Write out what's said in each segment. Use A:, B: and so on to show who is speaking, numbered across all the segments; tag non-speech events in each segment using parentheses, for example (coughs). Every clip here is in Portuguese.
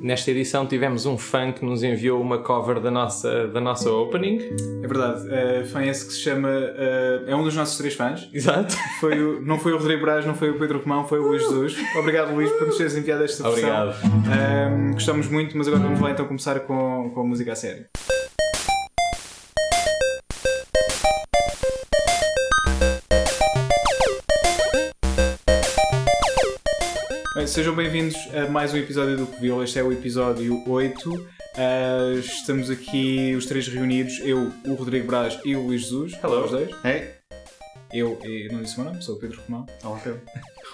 A: nesta edição tivemos um fã que nos enviou uma cover da nossa, da nossa opening.
B: É verdade, eh, fã esse que se chama. eh, é um dos nossos três fãs.
A: Exato.
B: Foi o- não foi o Rodrigo Braz, não foi o Pedro Romão, foi o Luís Jesus. Obrigado, Luís, por nos teres enviado esta versão.
A: Obrigado.
B: Ahm, gostamos muito, mas agora vamos lá então começar com, com a música a sério. Bem, Sejam bem-vindos a mais um episódio do Covil. Este é o episódio 8. Ah, estamos aqui os três reunidos, eu, o Rodrigo Braz e o Luís Jesus.
A: Hello.
B: Os dois.
C: Hey,
B: Eu, eu não disse o meu nome, sou o Pedro Romão.
C: olá Pedro.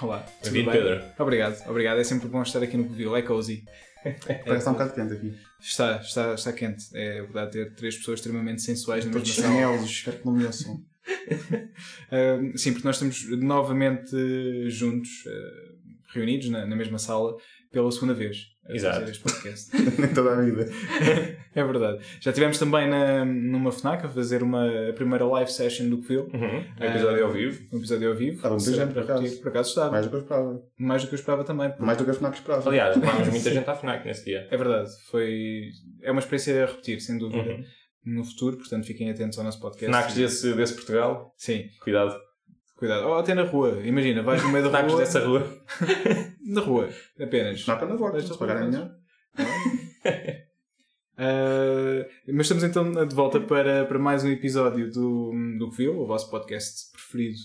B: Olá. tudo
A: Bem-vindo,
B: bem?
A: Pedro.
B: Obrigado, obrigado. É sempre bom estar aqui no Covil, é cozy.
C: Parece que está um bocado quente aqui.
B: Está, está, está quente. É verdade ter três pessoas extremamente sensuais na mesma
C: Todos
B: sala. (laughs)
C: chinelos, espero que não me ouçam. (laughs)
B: Ah, sim, porque nós estamos novamente eh, juntos, eh, reunidos na, na mesma sala, pela segunda vez a
A: Exato.
B: fazer este podcast. (laughs)
C: Nem toda a vida.
B: é verdade. Já tivemos também na, numa FNAC a fazer uma a primeira live session do Covil,
A: (laughs) Uhum. Episódio ao vivo.
B: um episódio ao vivo.
C: Estava muito
B: Será
C: gente,
B: para
C: por acaso.
B: repetir? Por acaso estava. Mais,
C: Mais do
B: do que
C: que eu esperava.
B: eu esperava também. porque-
C: Mais do que eu que esperava.
A: Aliás, levámos muita gente à FNAC nesse dia.
B: É verdade, foi. É uma experiência a repetir, sem dúvida,
A: Uhum.
B: no futuro, portanto fiquem atentos ao nosso podcast.
A: FNACs desse, desse Portugal,
B: Sim,
A: cuidado.
B: cuidado. Ou até na rua, imagina, vais no meio da
A: FNACs
B: rua.
A: dessa rua.
B: Na rua, apenas.
C: Não, apenas logo, se pagarem melhor.
B: Ah, mas estamos então de volta para, para mais um episódio do, do que viu, o vosso podcast preferido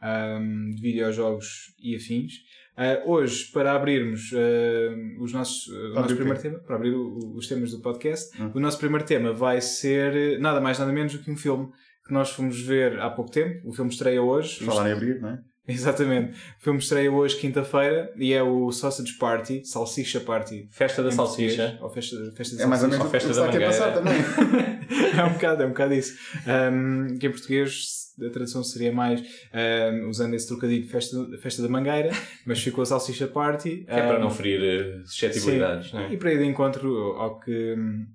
B: ah, de videojogos e afins. Ah, hoje, para abrirmos ah, os nossos, o nosso
C: abrir o
B: primeiro tema, para abrir o- o- os temas do podcast,
C: Hum.
B: o nosso primeiro tema vai ser eh, nada mais nada menos do que um filme que nós fomos ver há pouco tempo. O filme estreia hoje.
C: Falar em abrir, não é?
B: (laughs) Exatamente. O filme estreia hoje, quinta-feira, e é o Sausage Party, Salsicha Party.
A: Festa da
B: em
A: salsicha.
B: português, Ou festa, festa de
C: É mais ou
B: salsicha.
C: menos o que
A: festa
C: está
A: da
C: aqui a
A: Mangueira.
C: passar
B: (laughs)
C: também.
B: é um bocado, é um bocado isso. Um, que em português a tradução seria mais um, usando esse trocadilho festa, festa da mangueira, mas ficou a Salsicha Party.
A: É para
B: um,
A: não ferir eh, suscetibilidades, não é?
B: E para ir de encontro ao que. hum,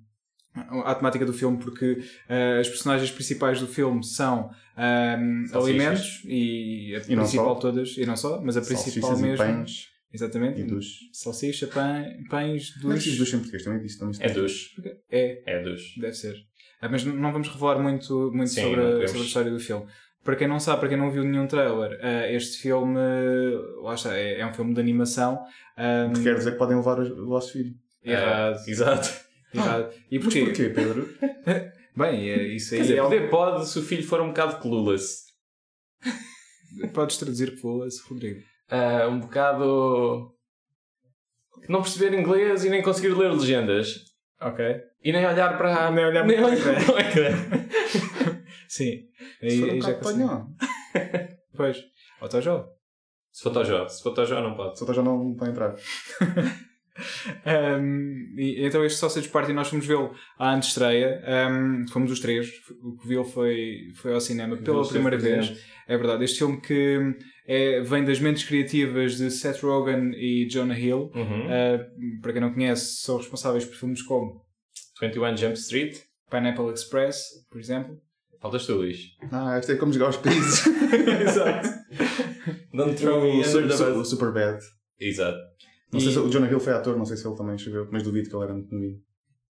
B: à temática do filme, porque ah, as personagens principais do filme são hum,
A: Salsichas.
B: alimentos e a
C: E não
B: principal
C: só.
B: de todas, e não só, mas a principal
C: Salsichas e
B: mesmo.
C: pães
B: Exatamente.
C: e dos.
B: Salsicha, pãe- pães,
C: Não é que
B: dos.
C: se diz dos em português, também disse. Também
A: É dos.
B: É,
A: É dos.
B: deve ser. Ah, mas não não vamos revelar muito, muito
A: Sim,
B: sobre,
A: não
B: a,
A: podemos.
B: sobre a história do filme. Para quem não sabe, para quem não viu nenhum trailer, ah, este filme, lá está, é, é um filme de animação. ah,
C: O que quer dizer que podem levar o vosso filho.
B: errado,
A: É, Exato.
B: errado. E
C: Mas
B: porquê?
C: porquê, Pedro?
B: Bem, é- isso aí
A: Quer dizer,
B: é
A: poder pode se o filho for um bocado clueless.
B: algo- Podes traduzir foda-se, Rodrigo.
A: Ah, um bocado. Não perceber inglês e nem conseguir ler legendas.
B: Ok.
A: E nem olhar para.
B: Nem olhar
A: nem
B: para o
A: olhar
B: ecrã.
A: para o ecrã.
B: Sim.
C: Se for
B: Aí,
C: um
B: aí já
C: bocado
B: consegui.
C: panhão.
B: Pois. Autojó.
A: Se for Tojó, se for Tojó, não pode.
C: Só está já não para entrar.
B: Um, e, então este Sausage Party nós fomos vê-lo à antestreia um, fomos os três o que viu foi, foi ao cinema pela
A: Vou ser
B: primeira vez
A: presente.
B: é verdade, este filme que é, vem das mentes criativas de Seth Rogen e Jonah Hill
A: Uhum.
B: Uh, para quem não conhece são responsáveis por filmes como
A: 21 Jump Street.
B: Pineapple Express por exemplo
A: Faltas tu,
C: (laughs)
A: Luís.
C: Ah, isto é como jogar os países.
B: exato
A: Don't
C: O Super- o Super Bad.
A: Exato.
C: Não
B: E-
C: sei se o Jonah Hill foi ator, não sei se ele também escreveu, mas duvido que ele era muito novinho.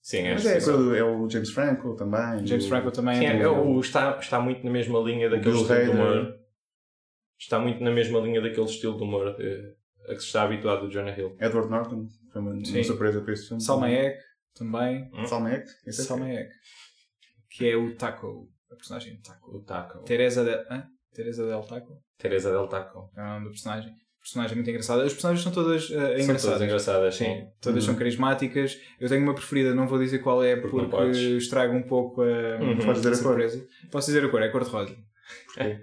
A: Sim, é,
C: Mas é, a
A: sim.
C: coisa do- é o James Franco também.
B: James
C: o-
B: Franco também
A: Sim,
B: é,
A: é,
B: do-
A: é o, está, está muito na mesma linha daquele
C: Bill
A: estilo de
C: Hader.
A: humor. Está muito na mesma linha daquele estilo de humor eh, a que se está habituado o Jonah Hill.
C: Edward Norton, foi uma, uma
B: Sim.
C: surpresa para este filme.
B: Salma
A: é?
B: Hayek também
A: Hum?
C: Salma Hayek? Esse é
B: Salma Hayek que é o Taco a personagem Taco
A: O Taco.
B: Teresa del, hã? Teresa del Taco
A: Teresa del Taco.
B: é o nome do personagem. Personagem muito engraçada. As personagens são todas eh,
A: São todas
B: engraçadas.
A: engraçadas, Uhum. sim.
B: Sim, todas são carismáticas. Eu tenho uma preferida, não vou dizer qual é
A: Porque não
B: porque,
A: podes.
B: estraga um pouco a,
A: Uhum.
C: Podes dizer a cor.
B: surpresa. Posso dizer a cor, é cor-de-rosa.
C: Porquê?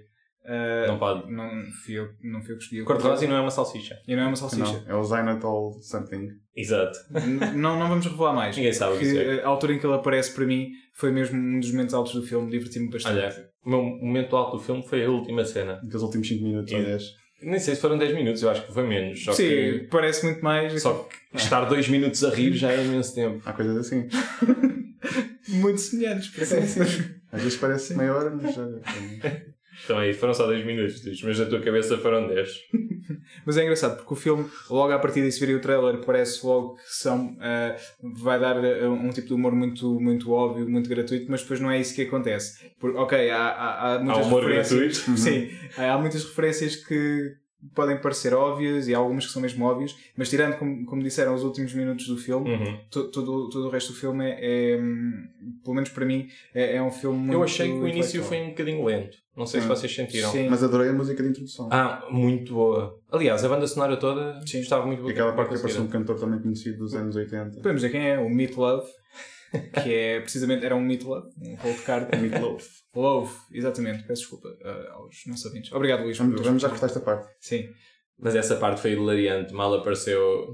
B: Eh,
A: Não pode.
B: não, fui eu, não fui eu que escolhi. a
A: Cor-de-rosa e não é uma salsicha.
B: E não é uma
C: que-
B: salsicha.
C: Não, é o Xylitol something.
A: Exato.
B: N- não, não vamos revelar mais.
A: Ninguém sabe o que
B: Porque
A: isso é.
B: eh, a altura em que ele aparece para mim foi mesmo um dos momentos altos do filme, diverti-me bastante.
A: Olha, o meu momento alto do filme foi a última cena.
C: Aqueles últimos 5 minutos, ou
A: E-
C: 10.
A: Nem sei se foram 10 minutos, eu acho que foi menos. Só
B: Sim,
A: que,
B: parece muito mais.
A: só que estar 2 minutos a rir já é imenso tempo.
C: Há coisas assim.
B: Muito semelhantes, parece.
C: Às vezes parece meia hora, mas eh, já.
A: Então aí foram só 2 minutos, diz, mas na tua cabeça foram 10.
B: Mas é engraçado porque o filme, logo à partida, e se virem o trailer, parece logo que são. ah, vai dar ah, um tipo de humor muito, muito óbvio, muito gratuito, mas depois não é isso que acontece. Por- ok, há, há, há
A: Há
B: muitas
A: humor
B: referências.
A: gratuito.
B: Sim, eh, há muitas referências que podem parecer óbvias e há algumas que são mesmo óbvias, mas tirando, como, como disseram, os últimos minutos do filme,
A: Uhum.
B: to- todo, todo o resto do filme é, é, hum, pelo menos para mim, é, é um filme muito.
A: Eu achei que o início
B: intelectual.
A: foi um bocadinho lento. Não sei se
C: Sim.
A: vocês sentiram.
B: Sim.
C: Mas adorei a música de introdução.
A: Ah, muito boa. Aliás, a banda sonora toda
B: Sim.
A: estava muito boa.
C: E aquela
A: bem
C: parte que apareceu um
A: conseguida.
C: cantor também conhecido dos anos 80.
B: Podemos dizer quem é? O Meat Love, que é precisamente era um Meat Love, um cold card.
C: Meat Loaf.
B: Love, exatamente, peço desculpa ah, aos nossos ouvintes. Obrigado, Luís.
C: Vamos,
B: por
C: vamos já cortar esta parte.
B: Sim,
A: Mas essa parte foi hilariante. Mal apareceu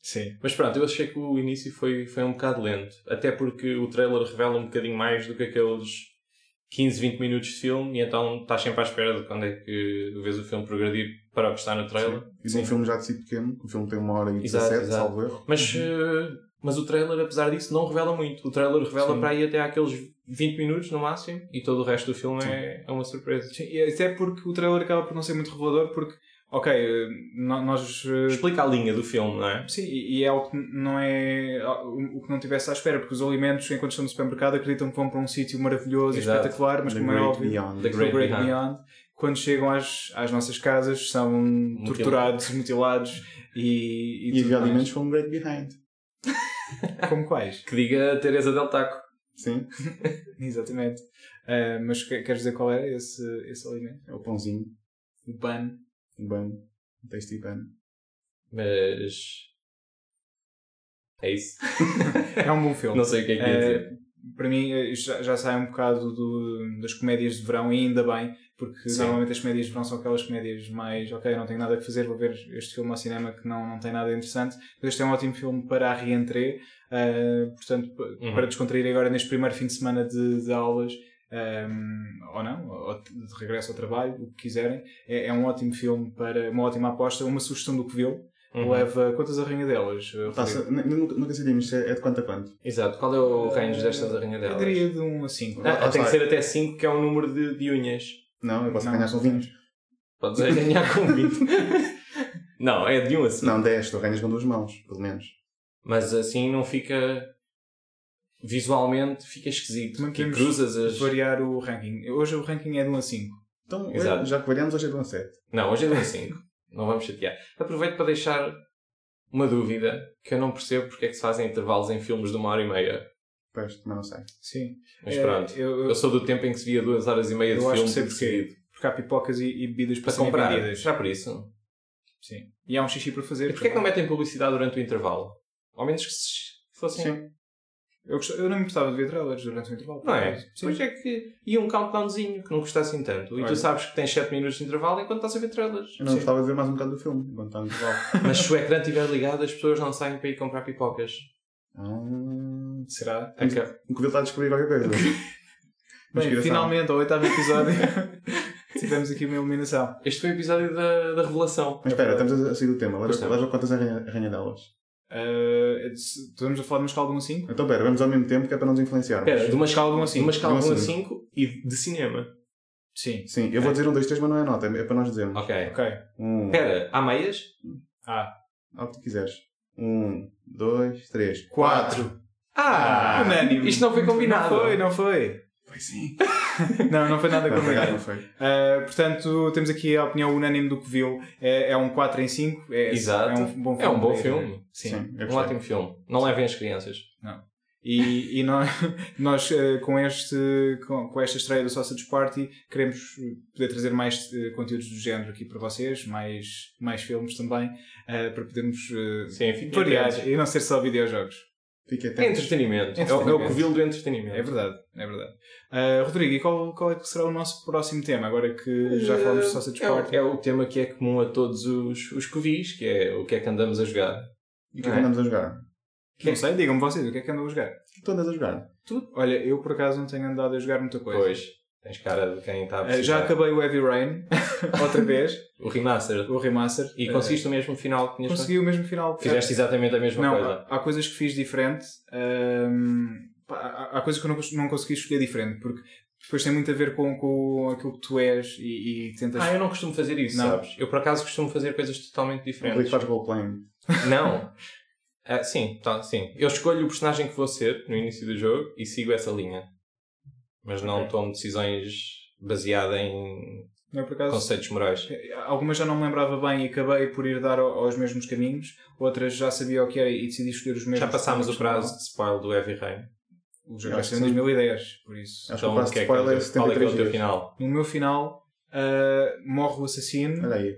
B: sim.
A: Mas pronto, eu achei que o início foi, foi um bocado lento. Até porque o trailer revela um bocadinho mais do que aqueles 15, 20 minutos de filme, e então estás sempre à espera de quando é que vês o filme progredir para o que está no trailer.
C: E de um
B: Sim.
C: filme já de si pequeno, que o filme tem uma hora e
A: Exato,
C: 17,
A: exato.
C: salvo erro.
A: Mas, eh, mas o trailer, apesar disso, não revela muito. O trailer revela
B: Sim.
A: para aí até àqueles 20 minutos no máximo, e todo o resto do filme é, é uma surpresa.
B: Sim, e Até porque o trailer acaba por não ser muito revelador, porque, ok, ah, no- nós. ah,
A: Explica a linha do filme, não é?
B: Sim, e e é algo que não é o o que não tivesse à espera, porque os alimentos, enquanto estão no supermercado, acreditam que vão para um sítio maravilhoso
A: Exato.
B: e espetacular, mas
C: The
B: como é
C: Great
B: óbvio,
C: Beyond.
A: The
B: The Great,
A: Great Beyond.
B: Beyond. quando chegam às, às nossas casas, são torturados, mutilados e,
C: E
B: tudo
C: havia
B: mais.
C: alimentos com um Great Behind.
B: (laughs) Como quais?
A: Que diga a Teresa Del Taco.
C: Sim,
B: Exatamente. Ah, mas que- queres dizer qual era esse, esse alimento?
C: é o pãozinho,
B: O pan.
C: um bun, um tasty bun.
A: Mas. É isso.
B: É um bom
A: (laughs)
B: filme.
A: Não sei o que é que ia dizer.
B: Eh, para mim, eh, isto já, já sai um bocado do- das comédias de verão, e ainda bem, porque
A: Sim.
B: normalmente as comédias de verão são aquelas comédias mais, ok, não tenho nada a fazer, vou ver este filme ao cinema que não, não tem nada interessante. Mas este é um ótimo filme para a reentrée, eh, portanto, p-
A: Uhum.
B: para descontrair agora neste primeiro fim de semana de, de aulas. ehm, ou não, ou de de regresso ao trabalho, o que quiserem, é, é um ótimo filme para uma ótima aposta, uma sugestão do que viu.
A: Uhum.
B: Leva quantas arranhadelas? eh,
C: Tá,
B: Rodrigo?
C: se- n- nunca, nunca sabíamos se é é de quanto a quanto.
A: Exato. Qual é o range destas
B: Eu
A: arranhadelas?
B: diria de 1 a 5.
A: Ah,
C: Lá
A: tem que
C: está.
A: ser até 5, que é o número de, de unhas.
C: Não, eu posso
B: Não.
C: ganhar com 20.
A: Podes arranhar com (laughs) 20. não, é de 1 a 5.
C: Não, 10, tu ganhas com duas mãos, pelo menos.
A: Mas assim não fica. Visualmente fica esquisito.
B: Também
A: E
B: podemos
A: cruzas as.
B: variar o ranking. Hoje o ranking é de 1 a 5.
C: Então,
A: Exato.
C: eu- já que variamos, hoje é de um 7.
A: Não, hoje é de 1 a 5. não vamos chatear. Aproveito para deixar uma dúvida que eu não percebo porque é que se fazem intervalos em filmes de uma hora e meia.
C: Pois, também não sei.
B: Sim.
A: Mas
B: É,
A: pronto.
B: Eu,
A: Eu sou do tempo em que se via duas horas e meia de
B: Eu acho
A: filme
B: que sei
A: tudo
B: porquê.
A: seguido.
B: porque há pipocas e, e bebidas para,
A: Para
B: serem
A: comprar.
B: vendidas.
A: Será por isso?
B: Sim. E há um xixi para fazer.
A: E porquê é que não metem publicidade durante o intervalo? Ao menos que se fossem.
C: Sim.
B: Eu, gost- eu não me gostava de ver trailers durante o intervalo.
A: Não é?
B: Sim.
A: Pois é que. E um countdownzinho que não custa assim tanto. E
B: Olha.
A: tu sabes que tens 7 minutos de intervalo enquanto estás a ver trailers.
C: Eu não
B: Sim.
C: gostava de ver mais um bocado do filme, enquanto está no intervalo.
A: Mas se o ecrã estiver ligado, as pessoas não saem para ir comprar pipocas.
C: Ah,
A: é.
C: um
B: Será?
A: Aca-
C: O que deu está a descobrir qualquer coisa. (laughs) Mas
B: Bem, finalmente, ao oitavo (laughs) episódio, tivemos aqui uma iluminação.
A: Este foi o episódio da, da revelação.
C: Mas espera, estamos a sair do tema.
A: Pois
C: Leva
A: estamos.
C: leva quantas arranha- arranhadelas?
B: Uh, se- estamos a falar de um uma escala de 1 a 5?
C: Então, pera, vamos ao mesmo tempo que é para não nos influenciarmos.
A: Espera, de uma escala de 1 a 5. De uma escala de 1 a
C: De um a
A: 5 e de cinema.
B: Sim.
C: Sim, eu vou dizer um, dois, três, mas não é nota, é para nós dizermos.
A: Ok.
B: Ok.
C: Um,
A: Espera, há meias?
C: ao que tu quiseres. Um, dois, três,
B: Quatro.
A: Ah!
B: Unânime.
A: Isto não foi combinado.
B: Não foi, não foi.
C: Foi sim.
B: Não, não foi (laughs) nada
C: Não,
B: combinado.
C: não foi.
B: Uh, portanto, temos aqui a opinião unânime do que viu. É, é um 4 em 5. É,
A: Exato.
B: É um bom
A: É
B: filme.
A: um bom filme.
B: Sim.
C: eu
A: Um
C: gostei.
A: ótimo filme. Não levem as crianças.
B: E, e nós, (laughs) nós eh, com, este, com, com esta estreia do Sausage Party, queremos eh, poder trazer mais eh, conteúdos do género aqui para vocês, mais, mais filmes também, eh, para podermos eh,
A: Sim, fiquem
B: variar
A: atentos.
B: e não ser só videojogos.
C: Fiquei
A: É
C: atento.
A: entretenimento. É o, é o covil do entretenimento.
B: É verdade, é verdade. Eh, Rodrigo, e qual, qual é que será o nosso próximo tema, agora que já falamos do Sausage
A: É o,
B: Party?
A: é o tema que é comum a todos os, os covis, que é o que é que andamos a jogar.
C: E o que
A: Não
C: é que
A: é?
C: andamos a jogar?
B: Não sei, digam-me vocês, o que é que andam a jogar?
C: O que tu andas a jogar?
B: Olha, eu por acaso não tenho andado a jogar muita coisa.
A: Pois, tens cara de quem está a
B: Eh,
A: precisar.
B: já acabei o Heavy Rain, (laughs) outra vez,
A: O remaster.
B: o remaster.
A: E
B: Eh,
A: conseguiste o mesmo final que tinhas
B: Consegui o mesmo final.
A: Fizeste exatamente a mesma
B: não,
A: coisa.
B: há, há coisas que fiz diferente. ehm, pá, há, há coisas que eu não, cons- não consegui escolher diferente, porque Depois tem muito a ver com, com aquilo que tu és e, e tentas.
A: Ah, eu não costumo fazer isso,
B: Não.
A: sabes? Eu por acaso costumo fazer coisas totalmente
C: Ele
A: diferentes.
C: faz roleplaying.
A: Não. Ah, sim, tá, sim. Eu escolho o personagem que vou ser no início do jogo e sigo essa linha. Mas não
B: Ok.
A: tomo decisões baseadas em
B: Não é por acaso.
A: conceitos morais.
B: Algumas já não me lembrava bem e acabei por ir dar ao- aos mesmos caminhos, outras já sabia o que era e decidi escolher os mesmos.
A: Já passámos o
B: caminhos que não.
A: prazo de spoil do Heavy Rain.
B: O jogo
C: Eu
B: vai
C: acho
B: ser em
C: que
B: 2010, por isso.
C: Acho que o
A: Então,
C: prazo
A: o que
C: de
A: é que é o
C: spoiler é
A: teu- qual é que é o
C: 73
A: teu
C: dias.
A: final?
B: No meu final, ah, morre o assassino,
C: Olha aí.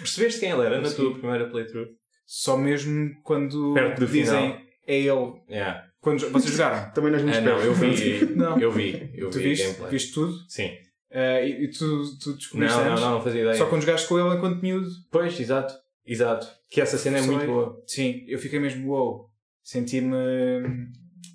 A: Percebeste quem ele era na
B: Sim.
A: tua primeira playthrough?
B: só mesmo quando
A: Perto do
B: dizem
A: final.
B: é ele.
A: Yeah.
B: Quando vocês jogaram?
C: Também é nós vimos
A: Ah, não, eu vi.
B: Não.
A: Eu vi. Eu
B: tu
A: vi
B: viste,
A: gameplay.
B: viste tudo
A: Sim.
B: ah, e, e tu, tu
A: Não,
B: descobriste
A: não,
B: antes.
A: não, não fazia ideia.
B: Só quando jogaste com ele enquanto miúdo.
A: Pois, exato. Exato. Que essa cena é
B: Só
A: muito
B: é-
A: boa.
B: Sim, eu fiquei mesmo wow. Senti-me.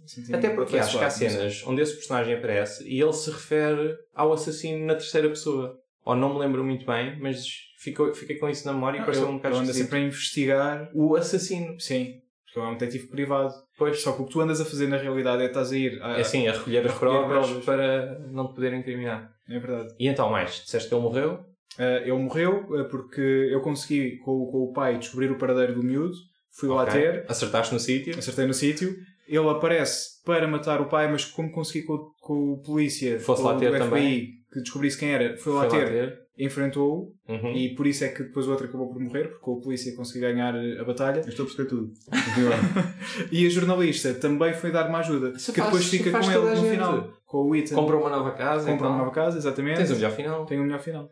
B: senti-me
A: Até porque acho que há
B: abençoado, não sei.
A: cenas onde esse personagem aparece e ele se refere ao assassino na terceira pessoa. Ou não me lembro muito bem, mas ficou, fiquei com isso na memória e
B: Não,
A: pareceu
B: eu,
A: um bocado
B: eu ando
A: esquisito.
B: sempre a investigar.
A: O assassino.
B: Sim, porque é um detetive privado.
A: Pois,
B: Só que o que tu andas a fazer na realidade é que estás a ir. A...
A: é assim, a recolher as
B: a recolher
A: provas,
B: provas.
A: para não te poderem incriminar.
B: É verdade.
A: E então mais? Disseste que ele morreu?
B: Ah, ele morreu ah, porque eu consegui com, o- com o pai descobrir o paradeiro do miúdo. Fui lá
A: Ok.
B: ter,
A: Acertaste no sítio?
B: acertei no sítio. Ele aparece para matar o pai, mas como consegui com, o- com o polícia
A: Fosse
B: com
A: lá
B: o
A: ter
B: do FBI,
A: também.
B: que descobrisse quem era, foi lá ter, enfrentou-o
A: Uhum.
B: e por isso é que depois o outro acabou por morrer, porque o polícia conseguiu ganhar eh, a batalha.
C: Eu estou a perceber tudo. (laughs)
B: E a jornalista também foi dar uma ajuda.
A: Se
B: que
A: faz-
B: depois
A: se
B: fica
A: faz
B: com
A: toda
B: ele
A: a
B: no
A: gente.
B: final. Com o Ethan.
A: Compra uma nova casa
B: Compra
A: e
B: uma
A: tal.
B: nova casa, exatamente.
A: Tens o melhor Ah, é. final.
B: Tem o melhor final.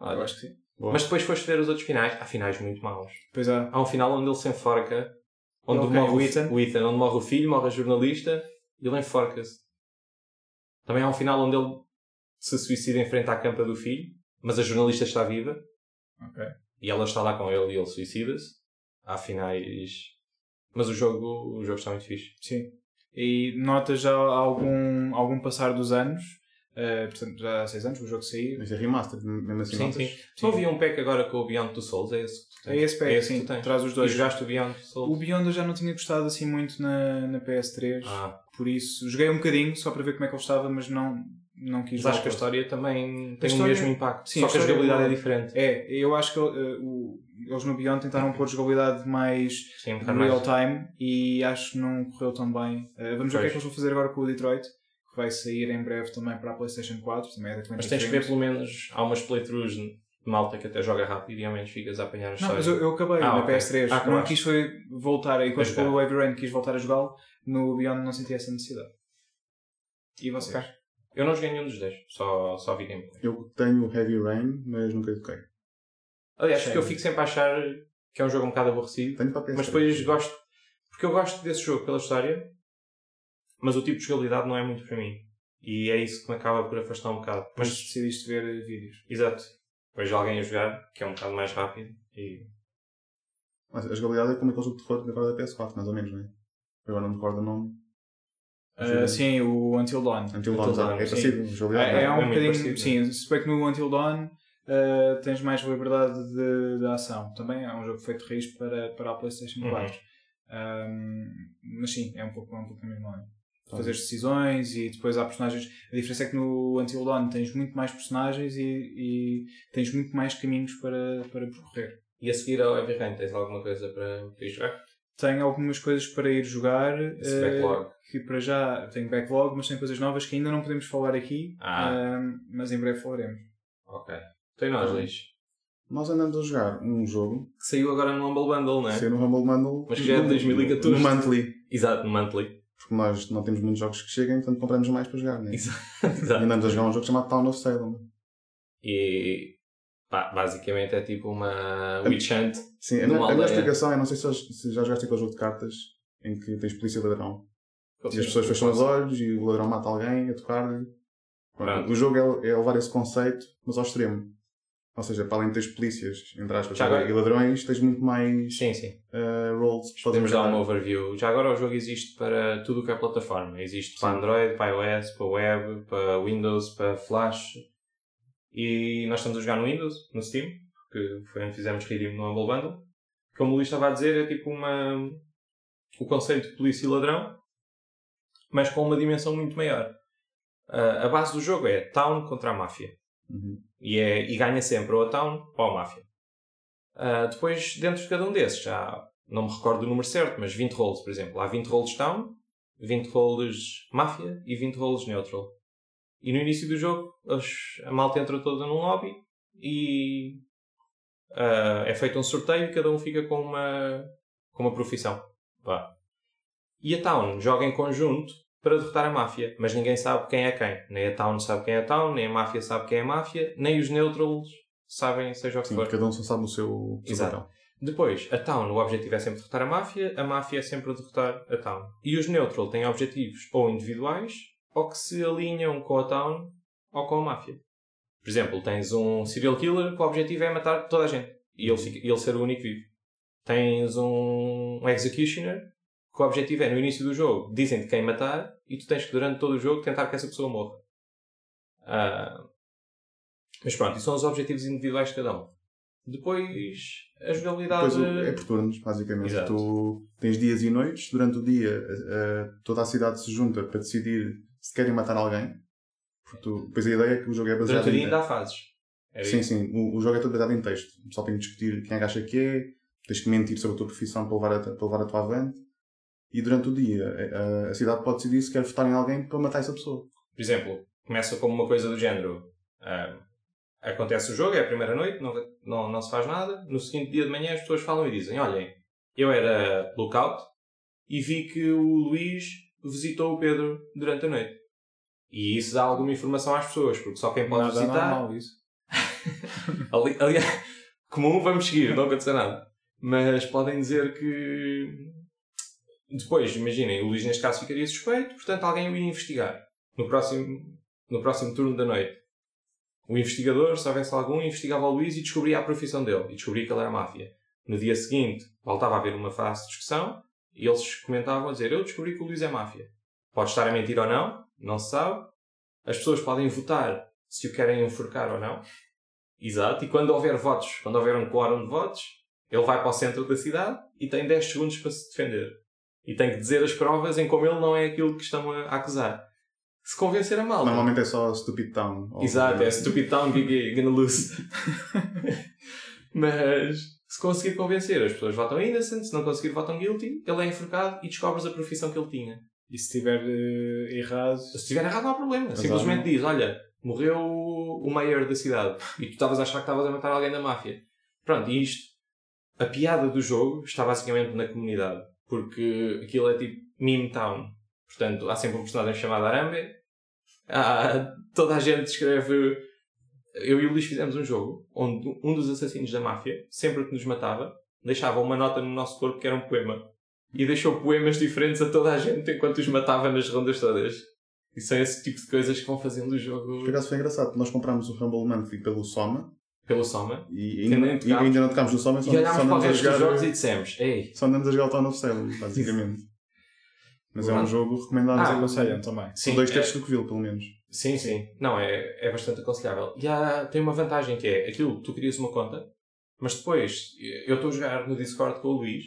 A: Olha.
B: Eu acho que sim.
C: Boa.
A: Mas depois foste ver os outros finais. Há finais muito maus.
B: Pois há.
A: Há um final onde ele se enforca, onde
B: Ok,
A: morre
B: o
A: o
B: Ethan.
A: Ethan. o Ethan, onde morre o filho, morre a jornalista e ele enforca-se. Também há um final onde ele se suicida em frente à campa do filho, mas a jornalista está viva
B: Ok.
A: e ela está lá com ele e ele suicida-se. Há finais. Mas o jogo, o jogo está muito fixe.
B: Sim. E nota já algum, algum passar dos anos. eh, portanto, já há 6 anos, o jogo saiu.
C: Mas é remaster, mesmo assim.
A: Sim,
C: notas?
A: sim. Não havia um pack agora com o Beyond Two Souls, é esse que tu
B: É
A: tens.
B: esse pack,
A: que
B: sim.
A: tu tens.
B: Traz os
A: E
B: dois.
A: jogaste o Beyond Two Souls.
B: O Beyond eu já não tinha gostado assim muito na, na PS3.
A: Ah,
B: Por isso, joguei um bocadinho só para ver como é que ele estava, mas não, não quis
A: mas
B: jogar
A: acho que a
B: todo.
A: história também tem
B: história-
A: o mesmo impacto.
B: sim,
A: Só
B: a
A: que a
B: história é
A: jogabilidade é
B: boa.
A: diferente.
B: É, eu acho que eh, o- eles no
A: (coughs)
B: Beyond tentaram pôr jogabilidade mais
A: Sim, um bocado mais.
B: real time e acho que não correu tão bem. Uh, vamos ver o que é
A: Pois.
B: que eles vão fazer agora com o Detroit, que vai sair em breve também para a PlayStation 4. Também é da
A: Mas
B: Quantic
A: tens que ver
B: Dreams.
A: pelo menos. Há umas playthroughs de malta que até joga rápido e ao menos ficas a apanhar as
B: Não, mas
A: histórias.
B: eu, eu acabei
A: Ah,
B: na
A: ok.
B: PS3.
A: Ah,
B: não
A: acabaste.
B: quis foi voltar, e quando
A: Pois
B: com
A: é.
B: o Heavy Rain quis voltar a jogá-lo, no Beyond não senti essa necessidade. E vocês?
A: Ok. Eu não joguei nenhum dos 10, só, só vi gameplay.
C: Eu tenho o Heavy Rain, mas nunca toquei.
A: Aliás,
B: Sei.
A: porque eu fico sempre a achar que é um jogo um bocado aborrecido,
C: Tenho para pensar.
A: mas
B: é
A: depois gosto. Porque eu gosto desse jogo pela história, mas o tipo de jogabilidade não é muito para mim. E é isso que me acaba por afastar um bocado.
B: Mas
A: Mas,
B: decidiste ver eh, vídeos.
A: exato, vejo alguém a jogar, que é um bocado mais rápido, e
C: Mas a jogabilidade é como aquele jogo de terror agora da PS4, mais ou menos, não é? Eu Agora não me recordo o nome.
B: Ah, sim, o Until Dawn.
C: Until
A: Until
C: Dawn,
A: Dawn,
C: é
A: sim.
C: parecido. jogabilidade,
B: É, é
A: é
B: um
A: muito
B: bocadinho.
A: parecido,
B: sim, se bem que no Until Dawn uh, tens mais liberdade de, de ação. Também é um jogo feito de risco para, para a PlayStation
A: Uhum.
B: 4. Um, mas sim, é um pouco, é um pouco a mesma linha.
C: Tá.
B: Fazer decisões e depois há personagens. A diferença é que no Until Dawn tens muito mais personagens e, e tens muito mais caminhos para, para percorrer.
A: e a seguir ao Heavy Rain, tens alguma coisa para para ir jogar?
B: Tenho algumas coisas para ir jogar.
A: Esse
B: uh,
A: backlog.
B: que para já tem backlog, mas tem coisas novas que ainda não podemos falar aqui.
A: Ah.
B: um, mas em breve falaremos.
A: Ok. Então e nós, Luís?
C: Nós andamos a jogar um jogo,
A: Que saiu agora no Humble Bundle, não é?
C: é? ser no Humble Bundle.
A: Mas que já é de
C: no-
A: 2014.
C: No Monthly.
A: Exato, no
C: (laughs)
A: Monthly.
C: Porque nós não temos muitos jogos que cheguem, portanto compramos mais para jogar, né?
A: Exato.
C: E
A: Exato.
C: andamos a jogar um jogo chamado Town of Salem.
A: E pá, basicamente é tipo uma witch hunt.
C: Sim,
A: Numa
C: a, minha- a minha
A: aldeia.
C: explicação é, não sei se já, se já jogaste aquele jogo de cartas, em que tens polícia e ladrão. E as pessoas fecham os olhos e o ladrão mata alguém a tocar-lhe. Pronto,
A: Pronto.
C: O jogo é, é levar esse conceito, mas ao extremo. Ou seja, para além de teres polícias, entre aspas,
A: Já agora-
C: e ladrões, tens muito mais
A: Sim, sim.
C: uh, roles para
A: Podemos dar
C: jogar.
A: um overview. Já agora o jogo existe para tudo o que é plataforma. Existe para
C: Sim.
A: Android, para iOS, para web, para Windows, para Flash. E nós estamos a jogar no Windows, no Steam, porque foi onde fizemos redeem no Humble Bundle. Como o Luís estava a dizer, é tipo uma... o conceito de polícia e ladrão, mas com uma dimensão muito maior. Ah, a base do jogo é Town contra a máfia.
C: Uhum.
A: E, é, e ganha sempre ou a Town ou a máfia. Ah, depois, dentro de cada um desses, há, não me recordo o número certo, mas 20 roles, por exemplo. Há 20 roles Town, 20 roles máfia e 20 roles neutral. E no início do jogo, as- a malta entra toda num lobby e ah, é feito um sorteio e cada um fica com uma, com uma profissão. Vá. E a Town joga em conjunto para derrotar a máfia, mas ninguém sabe quem é quem. Nem a Town sabe quem é a Town, nem a máfia sabe quem é a máfia, nem os neutrals sabem, seja o que
C: Sim,
A: for.
C: cada um só sabe o seu, o seu
A: Exato.
C: papel.
A: Depois, a Town, o objetivo é sempre derrotar a máfia, a máfia é sempre derrotar a Town. E os Neutral têm objetivos ou individuais, ou que se alinham com a Town ou com a máfia. Por exemplo, tens um serial killer que o objetivo é matar toda a gente e ele, fica- ele ser o único vivo. Tens um executioner que o objetivo é, no início do jogo, dizem-te quem matar e tu tens que, durante todo o jogo, tentar que essa pessoa morra. Ah, mas pronto, e são os objetivos individuais de cada um. Depois, a jogabilidade...
C: Depois o- é por turnos, basicamente.
A: Exato.
C: Tu tens dias e noites, durante o dia eh, eh, toda a cidade se junta para decidir se querem matar alguém. Porque tu- pois a ideia é que o jogo é baseado
A: Durante o dia
C: em-
A: ainda há fases. Era
C: Sim,
A: isso.
C: sim. O, o jogo é todo baseado em texto. O pessoal tem que discutir quem é que acha que é, tens que mentir sobre a tua profissão para levar a, para levar a tua avante. E durante o dia, a, a- a cidade pode decidir se quer votar em alguém para matar essa pessoa.
A: Por exemplo, começa como uma coisa do género. ah, acontece o jogo, é a primeira noite, não, não, não se faz nada. No seguinte dia de manhã as pessoas falam e dizem, olhem, eu era lookout e vi que o Luís visitou o Pedro durante a noite. E isso dá alguma informação às pessoas, porque só quem pode
B: Nada
A: visitar
B: normal isso.
A: Ali, (laughs) aliás, comum vamos seguir, não aconteceu nada. Mas podem dizer que. Depois, imaginem, o Luís neste caso ficaria suspeito, portanto alguém o ia investigar. No próximo, no próximo turno da noite. O investigador, se houvesse algum, investigava o Luís e descobria a profissão dele. E descobria que ele era máfia. No dia seguinte, voltava a haver uma fase de discussão e eles comentavam a dizer: Eu descobri que o Luís é máfia. Pode estar a mentir ou não, não se sabe. As pessoas podem votar se o querem enforcar ou não. Exato, e quando houver votos, quando houver um quórum de votos, ele vai para o centro da cidade e tem 10 segundos para se defender. E tem que dizer as provas em como ele não é aquilo que estão a a acusar. Se convencer a malta.
C: Normalmente é só Stupid Town. ou-
A: Tá Exato, é stupid town, big gay, gonna lose. (laughs) Mas se conseguir convencer, as pessoas votam innocent, se não conseguir, votam guilty, ele é enforcado e descobres a profissão que ele tinha.
B: E se estiver eh, errado.
A: Se estiver errado, não há problema. Simplesmente diz: olha, morreu o maior da cidade e tu estavas a achar que estavas a matar alguém da máfia. Pronto, e isto, a piada do jogo está basicamente na comunidade, porque aquilo é tipo meme town. Portanto, há sempre um personagem chamado Arambe. Há- Ah, toda a gente escreve. Eu e o Luís fizemos um jogo onde um dos assassinos da máfia, sempre que nos matava, deixava uma nota no nosso corpo que era um poema. E deixou poemas diferentes a toda a gente enquanto os matava nas rondas todas. E são esse tipo de coisas que vão fazendo o jogo
C: Por acaso foi engraçado, nós comprámos o Rumble Monthly pelo Soma
A: pelo Soma.
C: e
A: Que
C: ainda,
A: nem
C: e ainda não tocámos no Soma, só,
A: E
C: só
A: olhámos para o
C: andamos a
A: resto dos
C: jogar,
A: jogos e dissemos: Ei,
C: só andamos a jogar o Town of
A: (laughs)
C: Salem, basicamente. Mas é um
A: Pronto.
C: jogo recomendado,
A: Ah,
C: ah,
B: Aconselham também.
A: sim,
C: dois
A: é-
C: terços do que viu, pelo menos.
A: Sim, sim. Não, é, é bastante aconselhável. E há, tem uma vantagem que é aquilo, tu crias uma conta, mas depois eu estou a jogar no Discord com o Luís,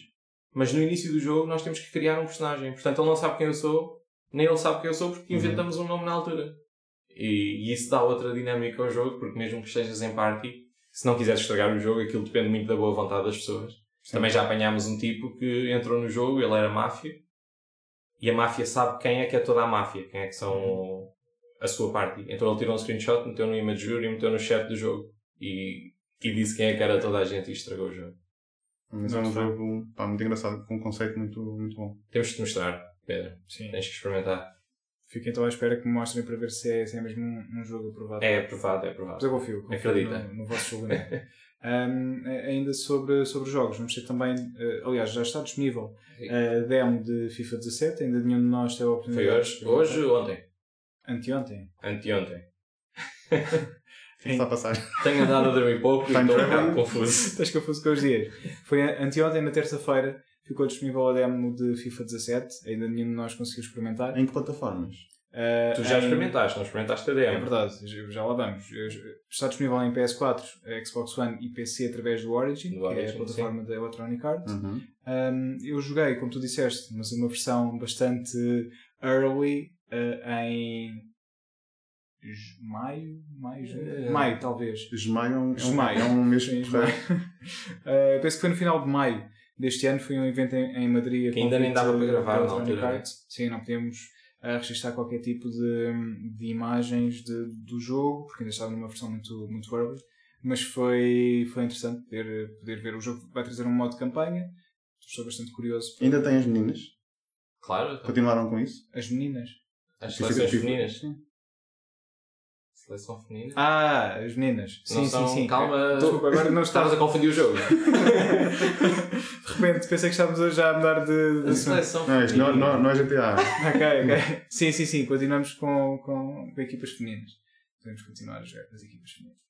A: mas no início do jogo nós temos que criar um personagem. Portanto, ele não sabe quem eu sou, nem ele sabe quem eu sou porque
C: Uhum.
A: inventamos um nome na altura. E, e isso dá outra dinâmica ao jogo, porque mesmo que estejas em party, se não quiseres estragar o jogo, aquilo depende muito da boa vontade das pessoas.
C: Sim.
A: Também já apanhámos um tipo que entrou no jogo, ele era máfia, e a máfia sabe quem é que é toda a máfia, quem é que são
C: Uhum.
A: a sua parte. Então ele tirou um screenshot, meteu no Imagery e meteu no chat do jogo. E, e disse quem é que era toda a gente e estragou o jogo.
C: Mas é um jogo pá, muito engraçado, com um conceito muito, muito bom.
A: Temos de te mostrar, Pedro.
B: Sim.
A: Tens que experimentar.
B: Fico então à espera que me mostrem para ver se é, se é mesmo um, um jogo aprovado.
A: É aprovado, é
B: Mas eu
A: aprovado.
B: confio, confio
A: Acredita.
B: No, no vosso julgamento.
A: (laughs)
B: Ahm, a- ainda sobre, sobre jogos, vamos ter também, eh, aliás, já está disponível a demo de FIFA 17, ainda nenhum de nós teve a oportunidade.
A: Foi
B: de
A: hoje,
B: experimentar.
A: hoje ou ontem?
B: Anteontem.
A: Anteontem.
C: O que está a passar?
A: Tenho andado a dormir pouco e
C: Time
A: estou um bocado
C: travel?
A: confuso.
B: (laughs) Estás confuso com os dias. Foi a- anteontem, na terça-feira, ficou disponível a demo de FIFA 17, ainda nenhum de nós conseguiu experimentar.
C: Em que plataformas?
B: Ah,
A: Tu já
B: em-
A: experimentaste, não experimentaste a
B: É
A: demo.
B: verdade, já- já lá vamos. Eh, Está disponível em PS4, eh, Xbox One e PC através do Origin,
A: Do
B: que é a
A: Origin, Hum.
B: plataforma da Electronic Arts.
C: Uhum.
B: Um, eu joguei, como tu disseste, mas uma versão bastante early eh, em J- Maio? Maio, junho?
A: É.
B: maio talvez.
C: Esmaio é um, é um-
B: Esmaio.
C: é um mês
B: Sim,
C: porreiro.
B: (laughs) maio. Eh, penso que foi no final de maio deste ano. Foi um evento em, em Madrid. a
A: Que ainda nem
B: convite
A: dava para gravar
B: da
A: na
B: Electronic
A: altura, né?
B: Arts. Sim, não podíamos eh, registrar qualquer tipo de, de imagens de- do jogo, porque ainda estava numa versão muito, muito early. Mas foi, foi interessante poder, poder ver. O jogo vai trazer um modo de campanha. Estou bastante curioso. para-
C: Ainda tem as meninas.
A: Claro, então.
C: Continuaram com isso.
B: As meninas.
A: as
B: tipo
C: Fica-
A: seleções
C: fica-
A: femininas.
C: Sim.
A: Seleção feminina.
B: Ah, as meninas. Sim,
A: Não
B: sim,
A: são-
B: sim.
A: Calma,
B: Desculpa, agora (laughs) não
A: estavas
B: estavas
A: a confundir o
B: (laughs)
A: jogo.
B: De repente pensei que estávamos hoje já a mudar de, de
A: A
B: assunto.
A: seleção
C: Não, isto não,
A: feminina.
C: não, não é GTA.
A: (laughs)
B: Ok, ok. Sim, sim, sim. Continuamos com, com, com equipas femininas. Podemos continuar a jogar com as equipas femininas.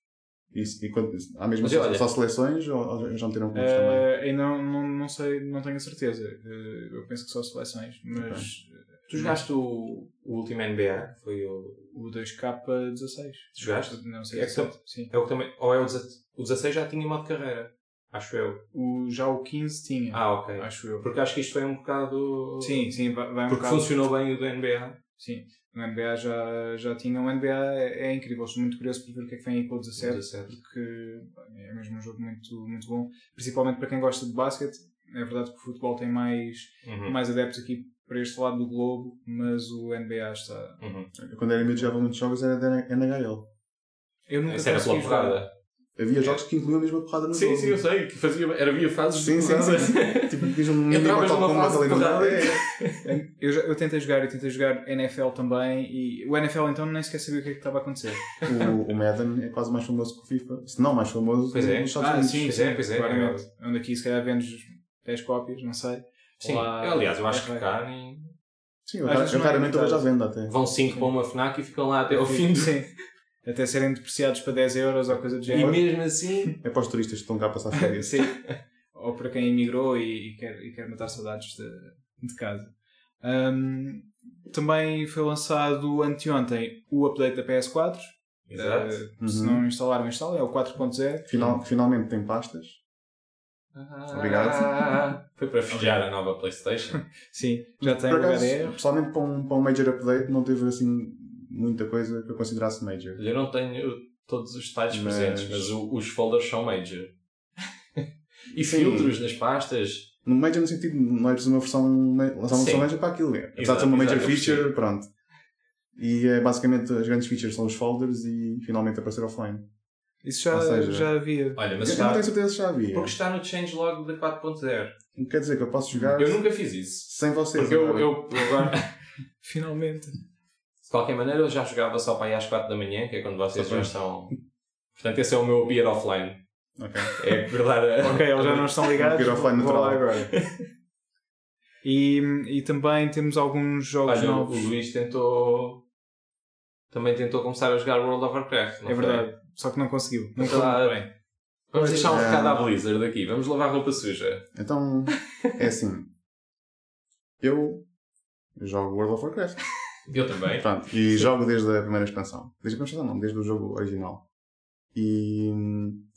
C: Isso, e quando, há mesmo
A: Mas
C: só,
A: olha-
C: só seleções ou, ou já meteram clubes também?
B: Eh, ainda não, não, não sei, não tenho a certeza. Eh, eu penso que só seleções, mas ah,
A: Tu jogaste o, o último NBA? Foi o.
B: o 2K16.
A: Jogaste?
B: Não sei.
A: É que
B: exato, sim.
A: É o que também. Ou é o 16? O 16 já tinha modo de carreira. Acho eu.
B: O, já o 15 tinha,
A: Ah, ok.
B: acho eu.
A: Porque acho que isto foi um bocado.
B: Sim, sim, vai, vai um
A: Porque
B: bocado-
A: funcionou bem o do NBA.
B: Sim, o NBA já, já tinha. O NBA é, é incrível. Estou muito curioso para ver o que é que vem aí com o 17.
A: 17.
B: porque bem, é mesmo um jogo muito, muito bom, principalmente para quem gosta de basquete. É verdade que o futebol tem mais,
A: Uhum.
B: mais adeptos aqui para este lado do globo, mas o NBA está.
A: Uhum.
C: Quando era miúdo jogava muitos jogos era da NHL.
B: Eu nunca
A: Essa era pela
B: consegui jogar.
A: porrada.
C: Havia jogos que incluíam mesmo a porrada no
A: Eh, Sim,
C: jogo.
A: sim, eu sei. Que fazia, era via fases
C: Sim,
A: de
C: sim,
A: porrada.
C: Tipo, diz um
A: Entravas
C: Mortal
A: numa
C: Kombat
A: fase
C: ali no
A: de
C: meio.
A: porrada.
B: Eu, já- eu tentei jogar, eu tentei jogar NFL também, e o NFL então nem sequer sabia o que é que estava a acontecer.
C: O, o Madden é quase mais famoso que o FIFA. Se não mais famoso
A: (laughs) Pois é.
C: nos Estados Unidos.
A: pois é, pois é.
B: claramente. Onde aqui se calhar vendes 10 cópias, não sei.
A: Sim.
B: Olá.
A: Eu, aliás, eu acho
B: Ok.
A: que cá nem.
C: Sim, eu,
B: Às vezes
C: eu
B: não é
C: raramente
B: limitado.
C: hoje à venda até.
A: Vão 5 para uma FNAC e ficam lá até ao fim do. (laughs)
B: Tipo, Sim. Até serem depreciados para 10 euros ou coisa do
A: E
B: género.
A: mesmo assim.
C: É para os turistas que estão cá a passar
A: (laughs)
C: férias.
B: Sim. (laughs) Ou para quem emigrou e, e quer, e quer matar saudades de, de casa. Ahm, também foi lançado anteontem o update da PS4.
A: Exato.
B: Eh, se
C: Uhum.
B: não instalaram, instalem. É o 4.0.
C: Final, finalmente tem pastas.
A: Obrigado. eh, (laughs) Foi para fechar a nova PlayStation.
B: Sim, já tem
C: Por
B: o
C: acaso,
B: HDR.
C: pessoalmente para um, para um major update não teve assim muita coisa que eu considerasse major.
A: Eu não tenho todos os detalhes
C: Mas-
A: presentes, mas o- os folders são major. e
C: Sim.
A: filtros nas pastas.
C: No major no sentido, não é preciso uma versão, ma- lançar uma
A: Sim.
C: versão major para aquilo. é. Apesar
A: Exato,
C: de ser uma major
A: exato, eu percebi.
C: feature, pronto. E é, basicamente as grandes features são os folders e finalmente aparecer offline.
B: Isso já,
C: Ou seja,
B: já havia.
A: Olha,
C: Mas
A: mas
C: eu não
A: está.
C: tenho certeza se já havia.
A: Porque está no changelog da 4.0.
C: Não Quer dizer que eu posso jogar
A: Eu nunca fiz isso.
C: sem vocês. é?
A: Porque eu,
C: agora.
A: eu agora,
C: (laughs)
B: Finalmente.
A: de qualquer maneira, eu já jogava só para aí às 4 da manhã, que é quando vocês
C: Só
A: já
C: para-
A: estão. Portanto, esse é o meu beer offline.
C: Ok.
A: É acordar a.
B: (laughs) Ok, eles já não estão ligados.
C: Vou ir offline
B: Vou lá
C: natural. (laughs)
B: agora. E, e também temos alguns jogos
A: Olha, o
B: novos.
A: Luís tentou. Também tentou começar a jogar World of Warcraft. não
B: É
A: foi?
B: verdade. Só que não conseguiu. Não
A: Sei lá,
B: foi muito bem.
A: Vamos deixar um
C: É.
A: recado à Blizzard aqui. Vamos lavar roupa suja.
C: Então,
A: (laughs)
C: é assim. Eu jogo World of Warcraft.
A: Eu também.
C: Pronto, e jogo desde a primeira expansão. Desde a primeira expansão, não, desde o jogo original. E,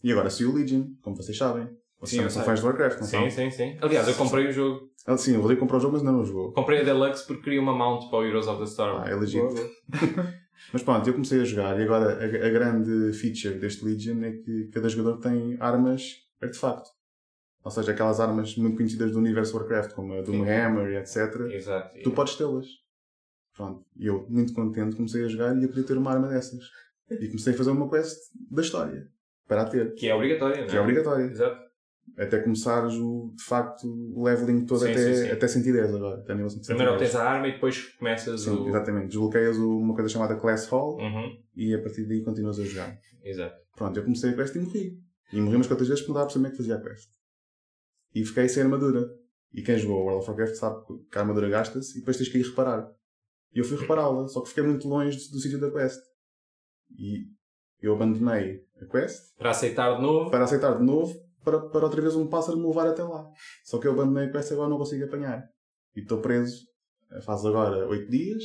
C: e agora, se o Legion, como vocês sabem,
B: Sim, eu
C: vocês também são
B: sei.
C: fãs de Warcraft, não
A: Sim,
C: são?
A: sim, sim. Aliás, eu comprei o jogo.
C: Ah, Sim, o Rodrigo comprou o jogo, mas ainda não jogou.
A: Comprei a Deluxe porque queria uma mount para o Heroes of the Storm.
C: Ah, é legítimo.
B: Boa, boa.
C: Mas pronto, eu comecei a jogar e agora a, a grande feature deste Legion é que cada jogador tem armas artefacto. Ou seja, aquelas armas muito conhecidas do universo Warcraft, como a Doomhammer e etc.
A: Exato.
C: Tu podes tê-las. Pronto. E eu, muito contente, comecei a jogar e eu queria ter uma arma dessas. E comecei a fazer uma quest da história. Para a ter.
A: Que é obrigatório, não é?
C: Que é obrigatória.
A: Exato.
C: Até começares o, de facto, o leveling todo
A: Sim,
C: até,
A: sim, sim.
C: até 110 agora. Até nível 110.
A: Primeiro obtens a arma e depois começas
C: Sim,
A: o.
C: exatamente. Desbloqueias o- uma coisa chamada Class Hall
A: Uhum.
C: e a partir daí continuas a jogar.
A: Exato.
C: Pronto, eu comecei a quest e morri. E morri umas quantas vezes porque não dava para saber como é que fazia a quest. E fiquei sem armadura. E quem jogou World of Warcraft sabe que a armadura gasta-se e depois tens que ir reparar. E eu fui repará-la, só que fiquei muito longe do, do sítio da quest. E eu abandonei a quest
A: Para aceitar de novo.
C: para aceitar de novo para, para outra vez um pássaro me levar até lá. Só que eu abandonei a quest e agora não consigo apanhar. E estou preso. eh, Faz agora 8 dias.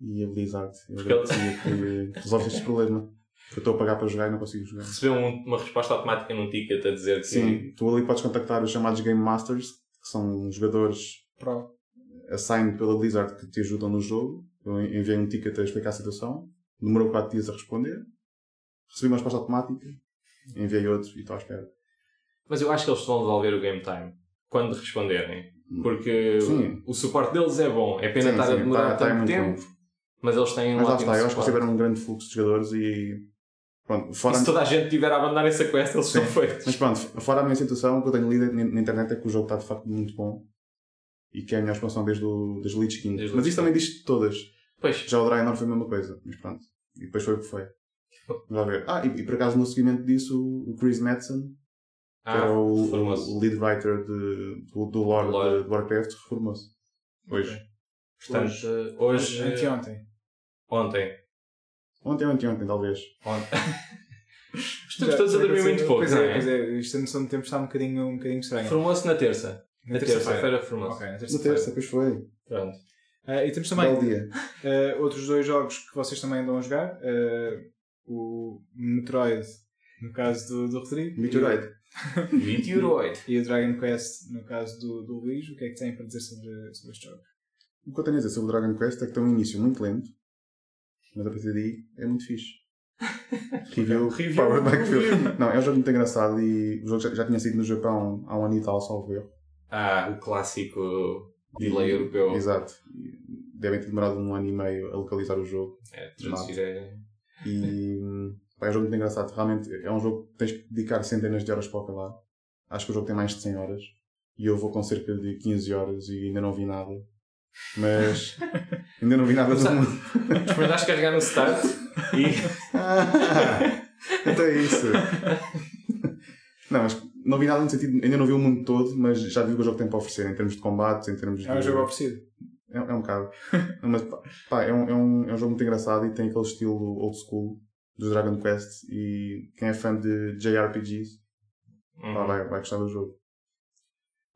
C: E a Blizzard. Eu
A: Porque ele-
C: agradecia que resolve este problema. Porque eu estou a pagar para jogar e não consigo jogar.
A: Recebeu um- uma resposta automática num ticket a dizer que.
C: Sim, tu ali podes contactar os chamados Game Masters, que são jogadores
B: Pro.
C: assigned pela Blizzard que te ajudam no jogo. Eu enviei um ticket a explicar a situação. Demorou 4 dias a responder. Recebi uma resposta automática. Enviei outro e estou à espera.
A: Mas eu acho que eles vão devolver o game time quando responderem.
C: Hum.
A: Porque
C: Sim.
A: o suporte deles é bom. É pena
C: Sim,
A: estar
C: sim,
A: a demorar
C: tá- tá
A: tanto
C: muito
A: tempo, mas eles têm um
C: Mas lá
A: ótimo
C: está, eu acho que
A: suporte.
C: receberam um grande fluxo de jogadores e. Pronto,
A: E
C: fora,
A: se toda a gente tiver a abandonar essa quest, eles
C: Sim.
A: estão feitos.
C: mas pronto, fora a minha situação, o que eu tenho lido na na internet é que o jogo está de facto muito bom e que é a melhor expansão desde o das Lich King.
A: Desde o
C: mas
A: Lich
C: isto também diz de todas.
A: Pois,
C: Já o Draenor foi a mesma coisa, mas pronto. E depois foi o que foi. Vamos lá ver. Ah, e, e por acaso no seguimento disso, o Chris Madsen, que
A: ah,
C: era o,
A: formoso.
C: o lead writer de, do, do
A: Do
C: lore
A: lore.
C: de- do Warcraft, reformou-se. Hoje.
A: Portanto,
B: Hoje-
A: eh, hoje, eh,
B: Anteontem.
A: ontem.
C: Ontem ou anteontem, talvez.
A: (laughs) ontem. Estamos
B: Já-
A: todos a dormir
B: pois
A: muito
B: é,
A: pouco,
B: Pois
A: não
B: é,
A: é?
B: pois é. Esta noção de tempo está um bocadinho, um bocadinho estranha.
A: Formou-se na terça.
B: Na
A: terça-feira formou-se.
B: Ok, na
C: Na
B: terça-feira.
C: terça, pois foi.
A: Pronto.
B: Ah, e temos também
C: Belo dia.
B: ah, outros dois jogos que vocês também andam a jogar. ah, o Metroid, no caso do, do Rodrigo.
C: Meteorite.
A: Meteoroid.
B: E o Dragon Quest, no caso do, do Luís. O que é que têm para dizer sobre, sobre este jogo?
C: O que eu tenho a dizer sobre o Dragon Quest é que tem um início muito lento, mas a partir daí é muito fixe.
A: (laughs)
C: Review,
A: Review,
C: Power Back
A: review.
C: View. Não, é um jogo muito engraçado e o jogo já, já tinha sido no Japão há um ano e tal, salvo eu.
A: Ah, o clássico delay europeu.
C: Exato. E Devem ter demorado um ano e meio a localizar o jogo.
A: É, traduzir é... (laughs)
C: E pá, é um jogo muito engraçado. Realmente é um jogo que tens que dedicar centenas de horas para acabar. Acho que o jogo tem mais de 100 horas. E eu vou com cerca de 15 horas e ainda não vi nada.
A: (laughs)
C: Mas ainda não vi nada do
A: Mas há-
C: mundo.
A: Experimentaste carregar no
B: (laughs)
A: start e...
C: Ah, (laughs) então
A: (laughs)
C: é isso. Não, mas não vi nada no sentido, ainda não vi o mundo todo, mas já vi o que o jogo tem para oferecer em termos de combates, em termos de.
B: É um jogo oferecido.
C: É, é um bocado. Não, mas pá, pá, é, um, é, um, é um jogo muito engraçado e tem aquele estilo old school dos Dragon Quest. E quem é fã de JRPGs
B: Uhum.
A: Hum.
B: Tá
C: pá, vai, vai gostar do jogo.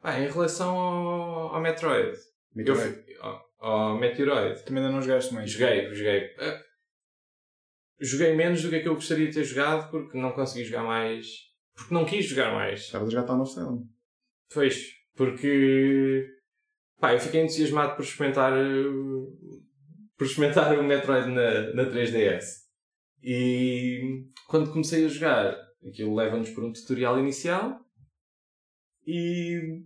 A: Ah, em relação ao, ao Metroid. Eu
C: Metroid.
A: fui- ao, ao Meteoroid.
B: Também ainda não jogaste mais.
A: Joguei, joguei. Ah, Joguei menos do que aquilo que eu gostaria de ter jogado porque não consegui jogar mais. Porque não quis jogar mais.
C: Estavas a jogar Town of Salem.
A: Pois, porque pá, eu fiquei entusiasmado por experimentar uh, por experimentar o Metroid na, na 3DS. E quando comecei a jogar, aquilo leva-nos por um tutorial inicial e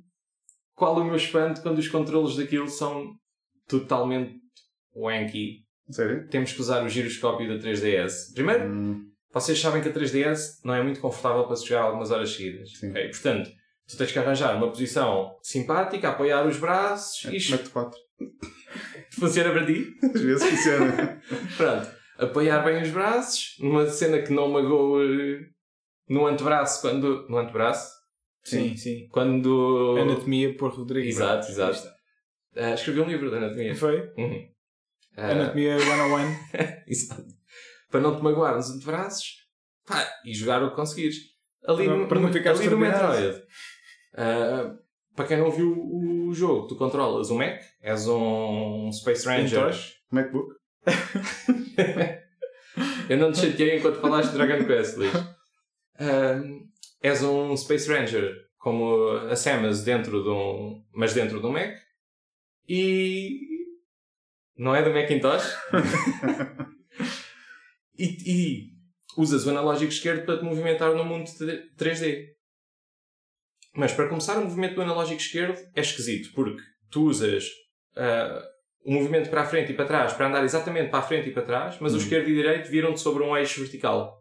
A: qual o meu espanto quando os controles daquilo são totalmente wanky.
C: Sério?
A: Temos que usar o giroscópio da 3DS. Primeiro
C: Hum,
A: vocês sabem que a 3DS não é muito confortável para se jogar algumas horas seguidas.
C: Sim.
A: ok? Portanto, tu tens que arranjar uma posição simpática, apoiar os braços e isto
C: mete 4.
A: funciona para ti.
C: é (laughs) Às vezes é, né? funciona.
A: Pronto, apoiar bem os braços, numa cena que não magoa eh, no antebraço quando. No antebraço?
B: Sim, sim.
A: Quando.
B: Anatomia por Rodrigo.
A: Oh. Exato, exato. Ah, escrevi um livro de anatomia.
B: Foi?
A: Uhum. Ah,
B: Anatomia 101.
A: (laughs) exato. Para não te magoar nos antebraços pá, e jogar o que conseguires. Ali
B: Para-
A: no,
B: para não
A: no-
B: ficares
A: ali no
B: turbinado.
A: Metroid. Ah, para quem não viu o jogo, tu controlas um Mac, és um Space Ranger.
C: MacBook?
A: Eu não te chateei enquanto falaste de Dragon Quest, Luís. Ah, és um Space Ranger como a Samus dentro de um. mas dentro de um Mac. E. não é do (laughs) Macintosh? e, e usas o analógico esquerdo para te movimentar no mundo de 3D. Mas para começar, o movimento do analógico esquerdo é esquisito, porque tu usas ah, o movimento para a frente e para trás para andar exatamente para a frente e para trás, mas o
C: Hum.
A: esquerdo e direito viram-te sobre um eixo vertical.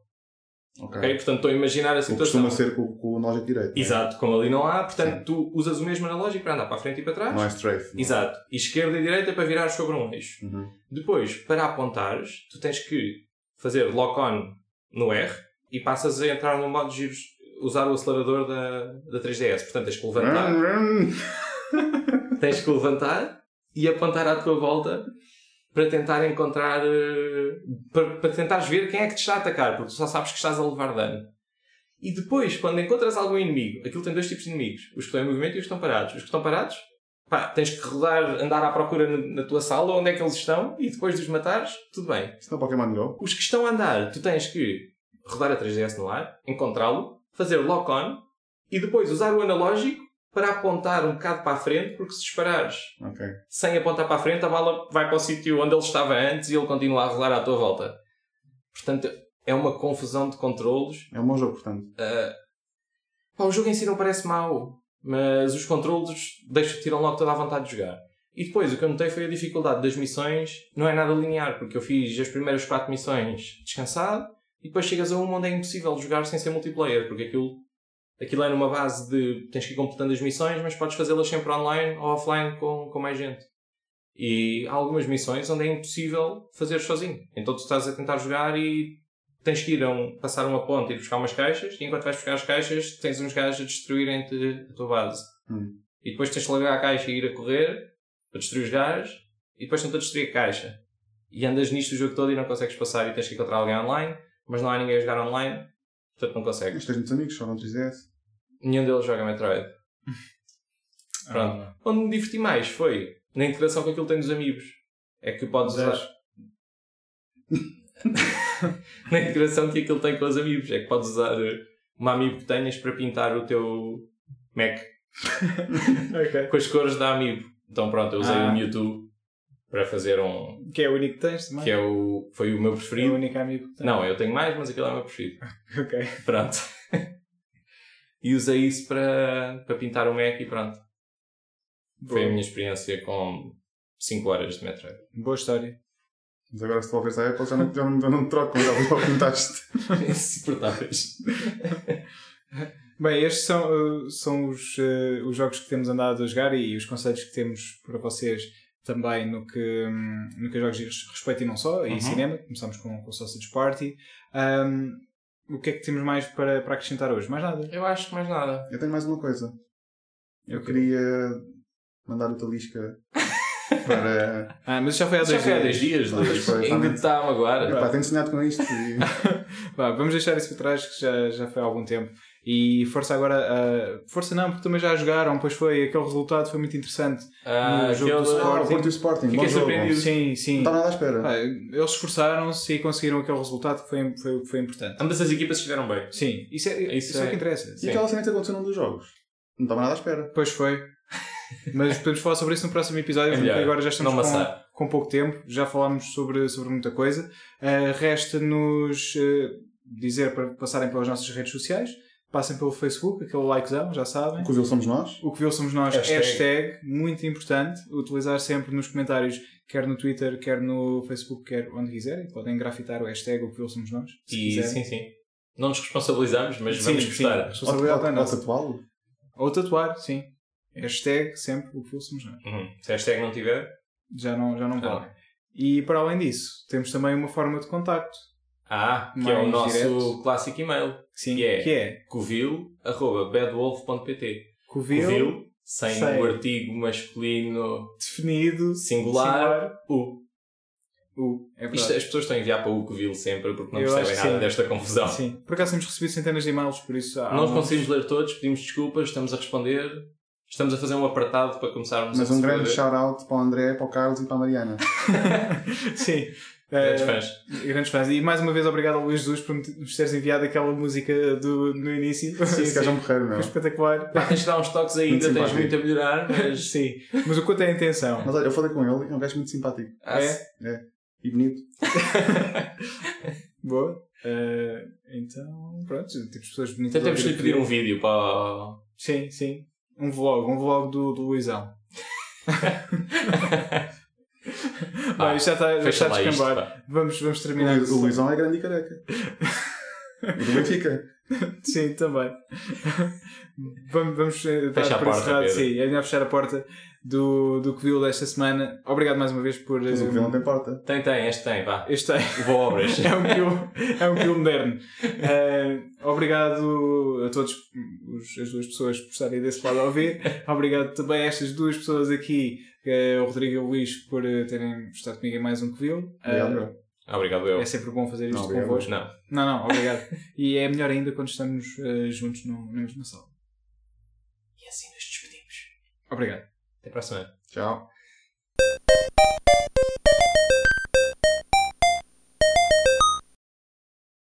C: Ok.
A: ok? Portanto, estou a imaginar a
C: O que
A: situação.
C: É. costuma ser com, com o nojento direito. não é?
A: Exato, como ali não há, portanto,
C: Sim.
A: tu usas o mesmo analógico para andar para a frente e para trás.
C: Não é strafe. não é?
A: Exato. E esquerda e direita para virar sobre um eixo.
C: Uhum.
A: Depois, para apontares, tu tens que fazer lock-on no R e passas a entrar no modo de giros, usar o acelerador da, da 3DS. Portanto, tens que
C: Ah,
A: levantar, tens que levantar e apontar à tua volta para tentar encontrar. eh, Para, para tentares ver quem é que te está a atacar, porque tu só sabes que estás a levar dano. E depois, quando encontras algum inimigo, aquilo tem dois tipos de inimigos: os que estão em movimento e os que estão parados. Os que estão parados, pá, tens que rodar, andar à procura na, na tua sala, onde é que eles estão, e depois de os matares, tudo bem.
C: Isso não é Pokémon Go?
A: Os que estão a andar, tu tens que rodar a 3DS no ar, encontrá-lo, fazer lock-on e depois usar o analógico para apontar um bocado para a frente, porque se disparares
C: Ok.
A: sem apontar para a frente, a bala vai para o sítio onde ele estava antes e ele continua a rolar à tua volta. Portanto, é uma confusão de controlos.
C: É um bom jogo, portanto.
A: Ah, pá, o jogo em si não parece mau, mas os controlos deixam, tiram logo toda a vontade de jogar. E depois, o que eu notei foi a dificuldade das missões, não é nada linear, porque eu fiz as primeiras quatro missões descansado e depois chegas a uma onde é impossível jogar sem ser multiplayer, porque aquilo, aquilo é numa base de tens que ir completando as missões, mas podes fazê-las sempre online ou offline com, com mais gente. E há algumas missões onde é impossível fazer sozinho. Então tu estás a tentar jogar e tens que ir a um- passar uma ponte e ir buscar umas caixas, e enquanto vais buscar as caixas, tens uns gajos a destruírem-te a tua base.
C: Hum.
A: E depois tens de largar a caixa e ir a correr para destruir os gajos, e depois estão a destruir a caixa. E andas nisto o jogo todo e não consegues passar e tens que encontrar alguém online, mas não há ninguém a jogar online, portanto não consegues.
C: Mas tens muitos amigos, só não 3DS.
A: Nenhum deles joga Metroid. Pronto.
B: Ah,
A: Onde me diverti mais foi na integração que aquilo tem dos amigos. É que podes
B: Zero.
A: usar. (laughs) na integração que aquilo tem com os amigos. É que podes usar eh, um amigo que tenhas para pintar o teu Mac
B: ok.
A: com as cores da amigo. Então pronto, eu usei
B: Ah.
A: o Mewtwo para fazer um.
B: Que é o único que tens também?
A: que é o. foi o meu
B: É o
A: preferido.
B: único amigo que tens.
A: Não, eu tenho mais, mas aquele é o meu preferido.
B: Ok.
A: Pronto. (laughs) e usei isso para, para pintar o Mac e pronto. Foi a
B: Boa.
A: minha experiência com 5 horas de Metroid.
B: Boa história.
C: Mas agora se devolveres a Apple já não, já não, já não te trocam, já só pintaste.
B: (laughs)
A: insuportáveis.
B: Bem, estes são, uh, são os, uh, os jogos que temos andado a jogar e os conselhos que temos para vocês também no que, hum, no que a jogos diz respeito e não só,
A: Uhum.
B: e cinema. Começamos com, com o Sausage Party. Ahm, o que é que temos mais para, para acrescentar hoje? Mais nada.
A: Eu acho que mais nada.
C: Eu tenho mais uma coisa. Eu
B: Ok.
C: queria mandar o Talisca
B: (laughs)
C: para.
B: Ah, mas isso já foi há
A: Já
B: dois
A: foi há 10
B: dias.
A: dias,
C: Pois,
A: Luís.
C: pois,
A: Ainda
C: realmente.
A: está a magoar.
C: Epá, tenho sonhado com isto e.
B: Vá, vamos deixar isso para trás que já, já foi há algum tempo. E força agora. ah, força não, porque também já jogaram, pois foi. Aquele resultado foi muito interessante.
A: Ah,
B: No jogo do
A: aquele-
C: Ah, o
B: Sporting.
C: Porto e o Sporting,
A: Fiquei
C: bom jogo.
A: surpreendido.
B: Sim, sim.
C: Não estava nada à espera.
B: Pá, eles esforçaram-se e conseguiram aquele resultado que foi, foi, foi importante.
A: Ambas as equipas estiveram bem.
B: Sim, isso é,
A: Isso
B: isso é o
A: é-
B: que interessa.
C: E aquela cena que aconteceu num dos jogos? Não estava nada à espera.
B: Pois foi. Mas podemos falar sobre isso no próximo episódio,
A: É
B: porque
A: melhor
B: agora já estamos
A: não
B: com, um,
A: amassar.
B: com pouco tempo, já falámos sobre, sobre muita coisa. Ah, Resta-nos ah, dizer para passarem pelas nossas redes sociais, passem pelo Facebook, aquele likezão, já sabem.
C: O que viu somos nós.
B: O que viu somos nós,
A: Hashtag.
B: hashtag. muito importante, utilizar sempre nos comentários, quer no Twitter, quer no Facebook, quer onde quiserem. Podem grafitar o hashtag o que viu somos nós, se
A: E
B: quiserem.
A: sim, sim. Não nos responsabilizamos, mas vamos
B: sim.
A: gostar.
B: Responsabilidade é
C: Ou- ou- ou
B: nossa.
C: tatuá-lo.
B: Ou tatuar, sim. Hashtag sempre o que fôssemos nós.
A: Uhum. Se a hashtag não tiver.
B: Já não, já não
A: Ah.
B: podem. E para além disso, temos também uma forma de contacto.
A: Ah, que é o
B: Mais
A: nosso
B: direto.
A: clássico e-mail.
B: Sim,
A: Que é?
B: que é
A: covil.badwolf.pt
B: covil
A: Covil, sem
B: Sem.
A: o artigo masculino
B: definido
A: singular, U.
B: U. É
A: Isto,
B: verdade.
A: as pessoas estão a enviar para o Covil sempre porque não
B: Eu
A: percebem
B: acho que
A: nada
B: sim.
A: desta confusão.
B: Sim. Por acaso temos recebido centenas de e-mails, por isso há
A: é- Não os
B: um-
A: conseguimos ler todos, pedimos desculpas, estamos a responder, estamos a fazer um apartado para começarmos a
C: Mas um
A: receber
C: grande shout-out para o André, para o Carlos e para a Mariana.
B: (laughs) Sim.
A: grandes
B: Eh,
A: fãs.
B: grandes fãs. E mais uma vez obrigado ao Luís Jesus por nos teres enviado aquela música do, no início. (laughs)
C: Sim, esse gajo é um porreiro,
B: Foi
C: meu.
B: espetacular.
A: Pá, tens de dar uns toques
C: É. Muito
A: ainda, tens
C: simpático.
A: muito a melhorar,
C: (laughs)
A: mas.
B: Sim. Mas o quanto é a intenção?
C: Mas olha, eu falei com ele, é um gajo muito simpático
A: Ah,
B: É?
A: se-
C: e bonito.
B: Boa. Eh, então, pronto, temos pessoas bonitas. a
A: Tentamos
B: ouvir
A: lhe
B: aqui.
A: pedir um vídeo para. o-
B: Sim, sim. Um vlog, um vlog do, do
A: (laughs)
B: Luizão. Bem, isto já está, já
A: Fecha
B: está a
A: lá isto.
B: descambar.
A: pá.
B: Vamos, vamos
C: O
B: terminar.
C: Luiz- o Luizão é grande e careca. (laughs) E do Benfica.
B: Sim, também. vamos vamos eh,
A: Fecha a
B: dar por
A: porta,
B: encerrado.
A: Pedro.
B: Sim, é melhor fechar a porta do, do que viu desta semana. Obrigado mais uma vez por.
C: Mas
B: eh,
C: o Benfica não tem porta.
A: Tem, tem, este tem, vá.
B: Este é,
A: Vou a
C: (laughs)
A: obras.
B: é um kill, é um kill moderno. Eh, obrigado a todos, os- as duas pessoas por estarem desse lado a ouvir. Obrigado também a estas duas pessoas aqui, eh, o Rodrigo e o Luís, por eh, terem estado comigo em mais um que viu. Eh,
C: Obrigado, meu.
A: Obrigado, eu.
B: é sempre bom fazer isto
C: Não, obrigado.
B: convosco.
A: Não.
B: Não, não, obrigado. e é melhor ainda quando estamos eh, juntos no, na mesma sala.
A: E assim nos despedimos.
B: Obrigado.
A: Até para a semana.
C: Tchau.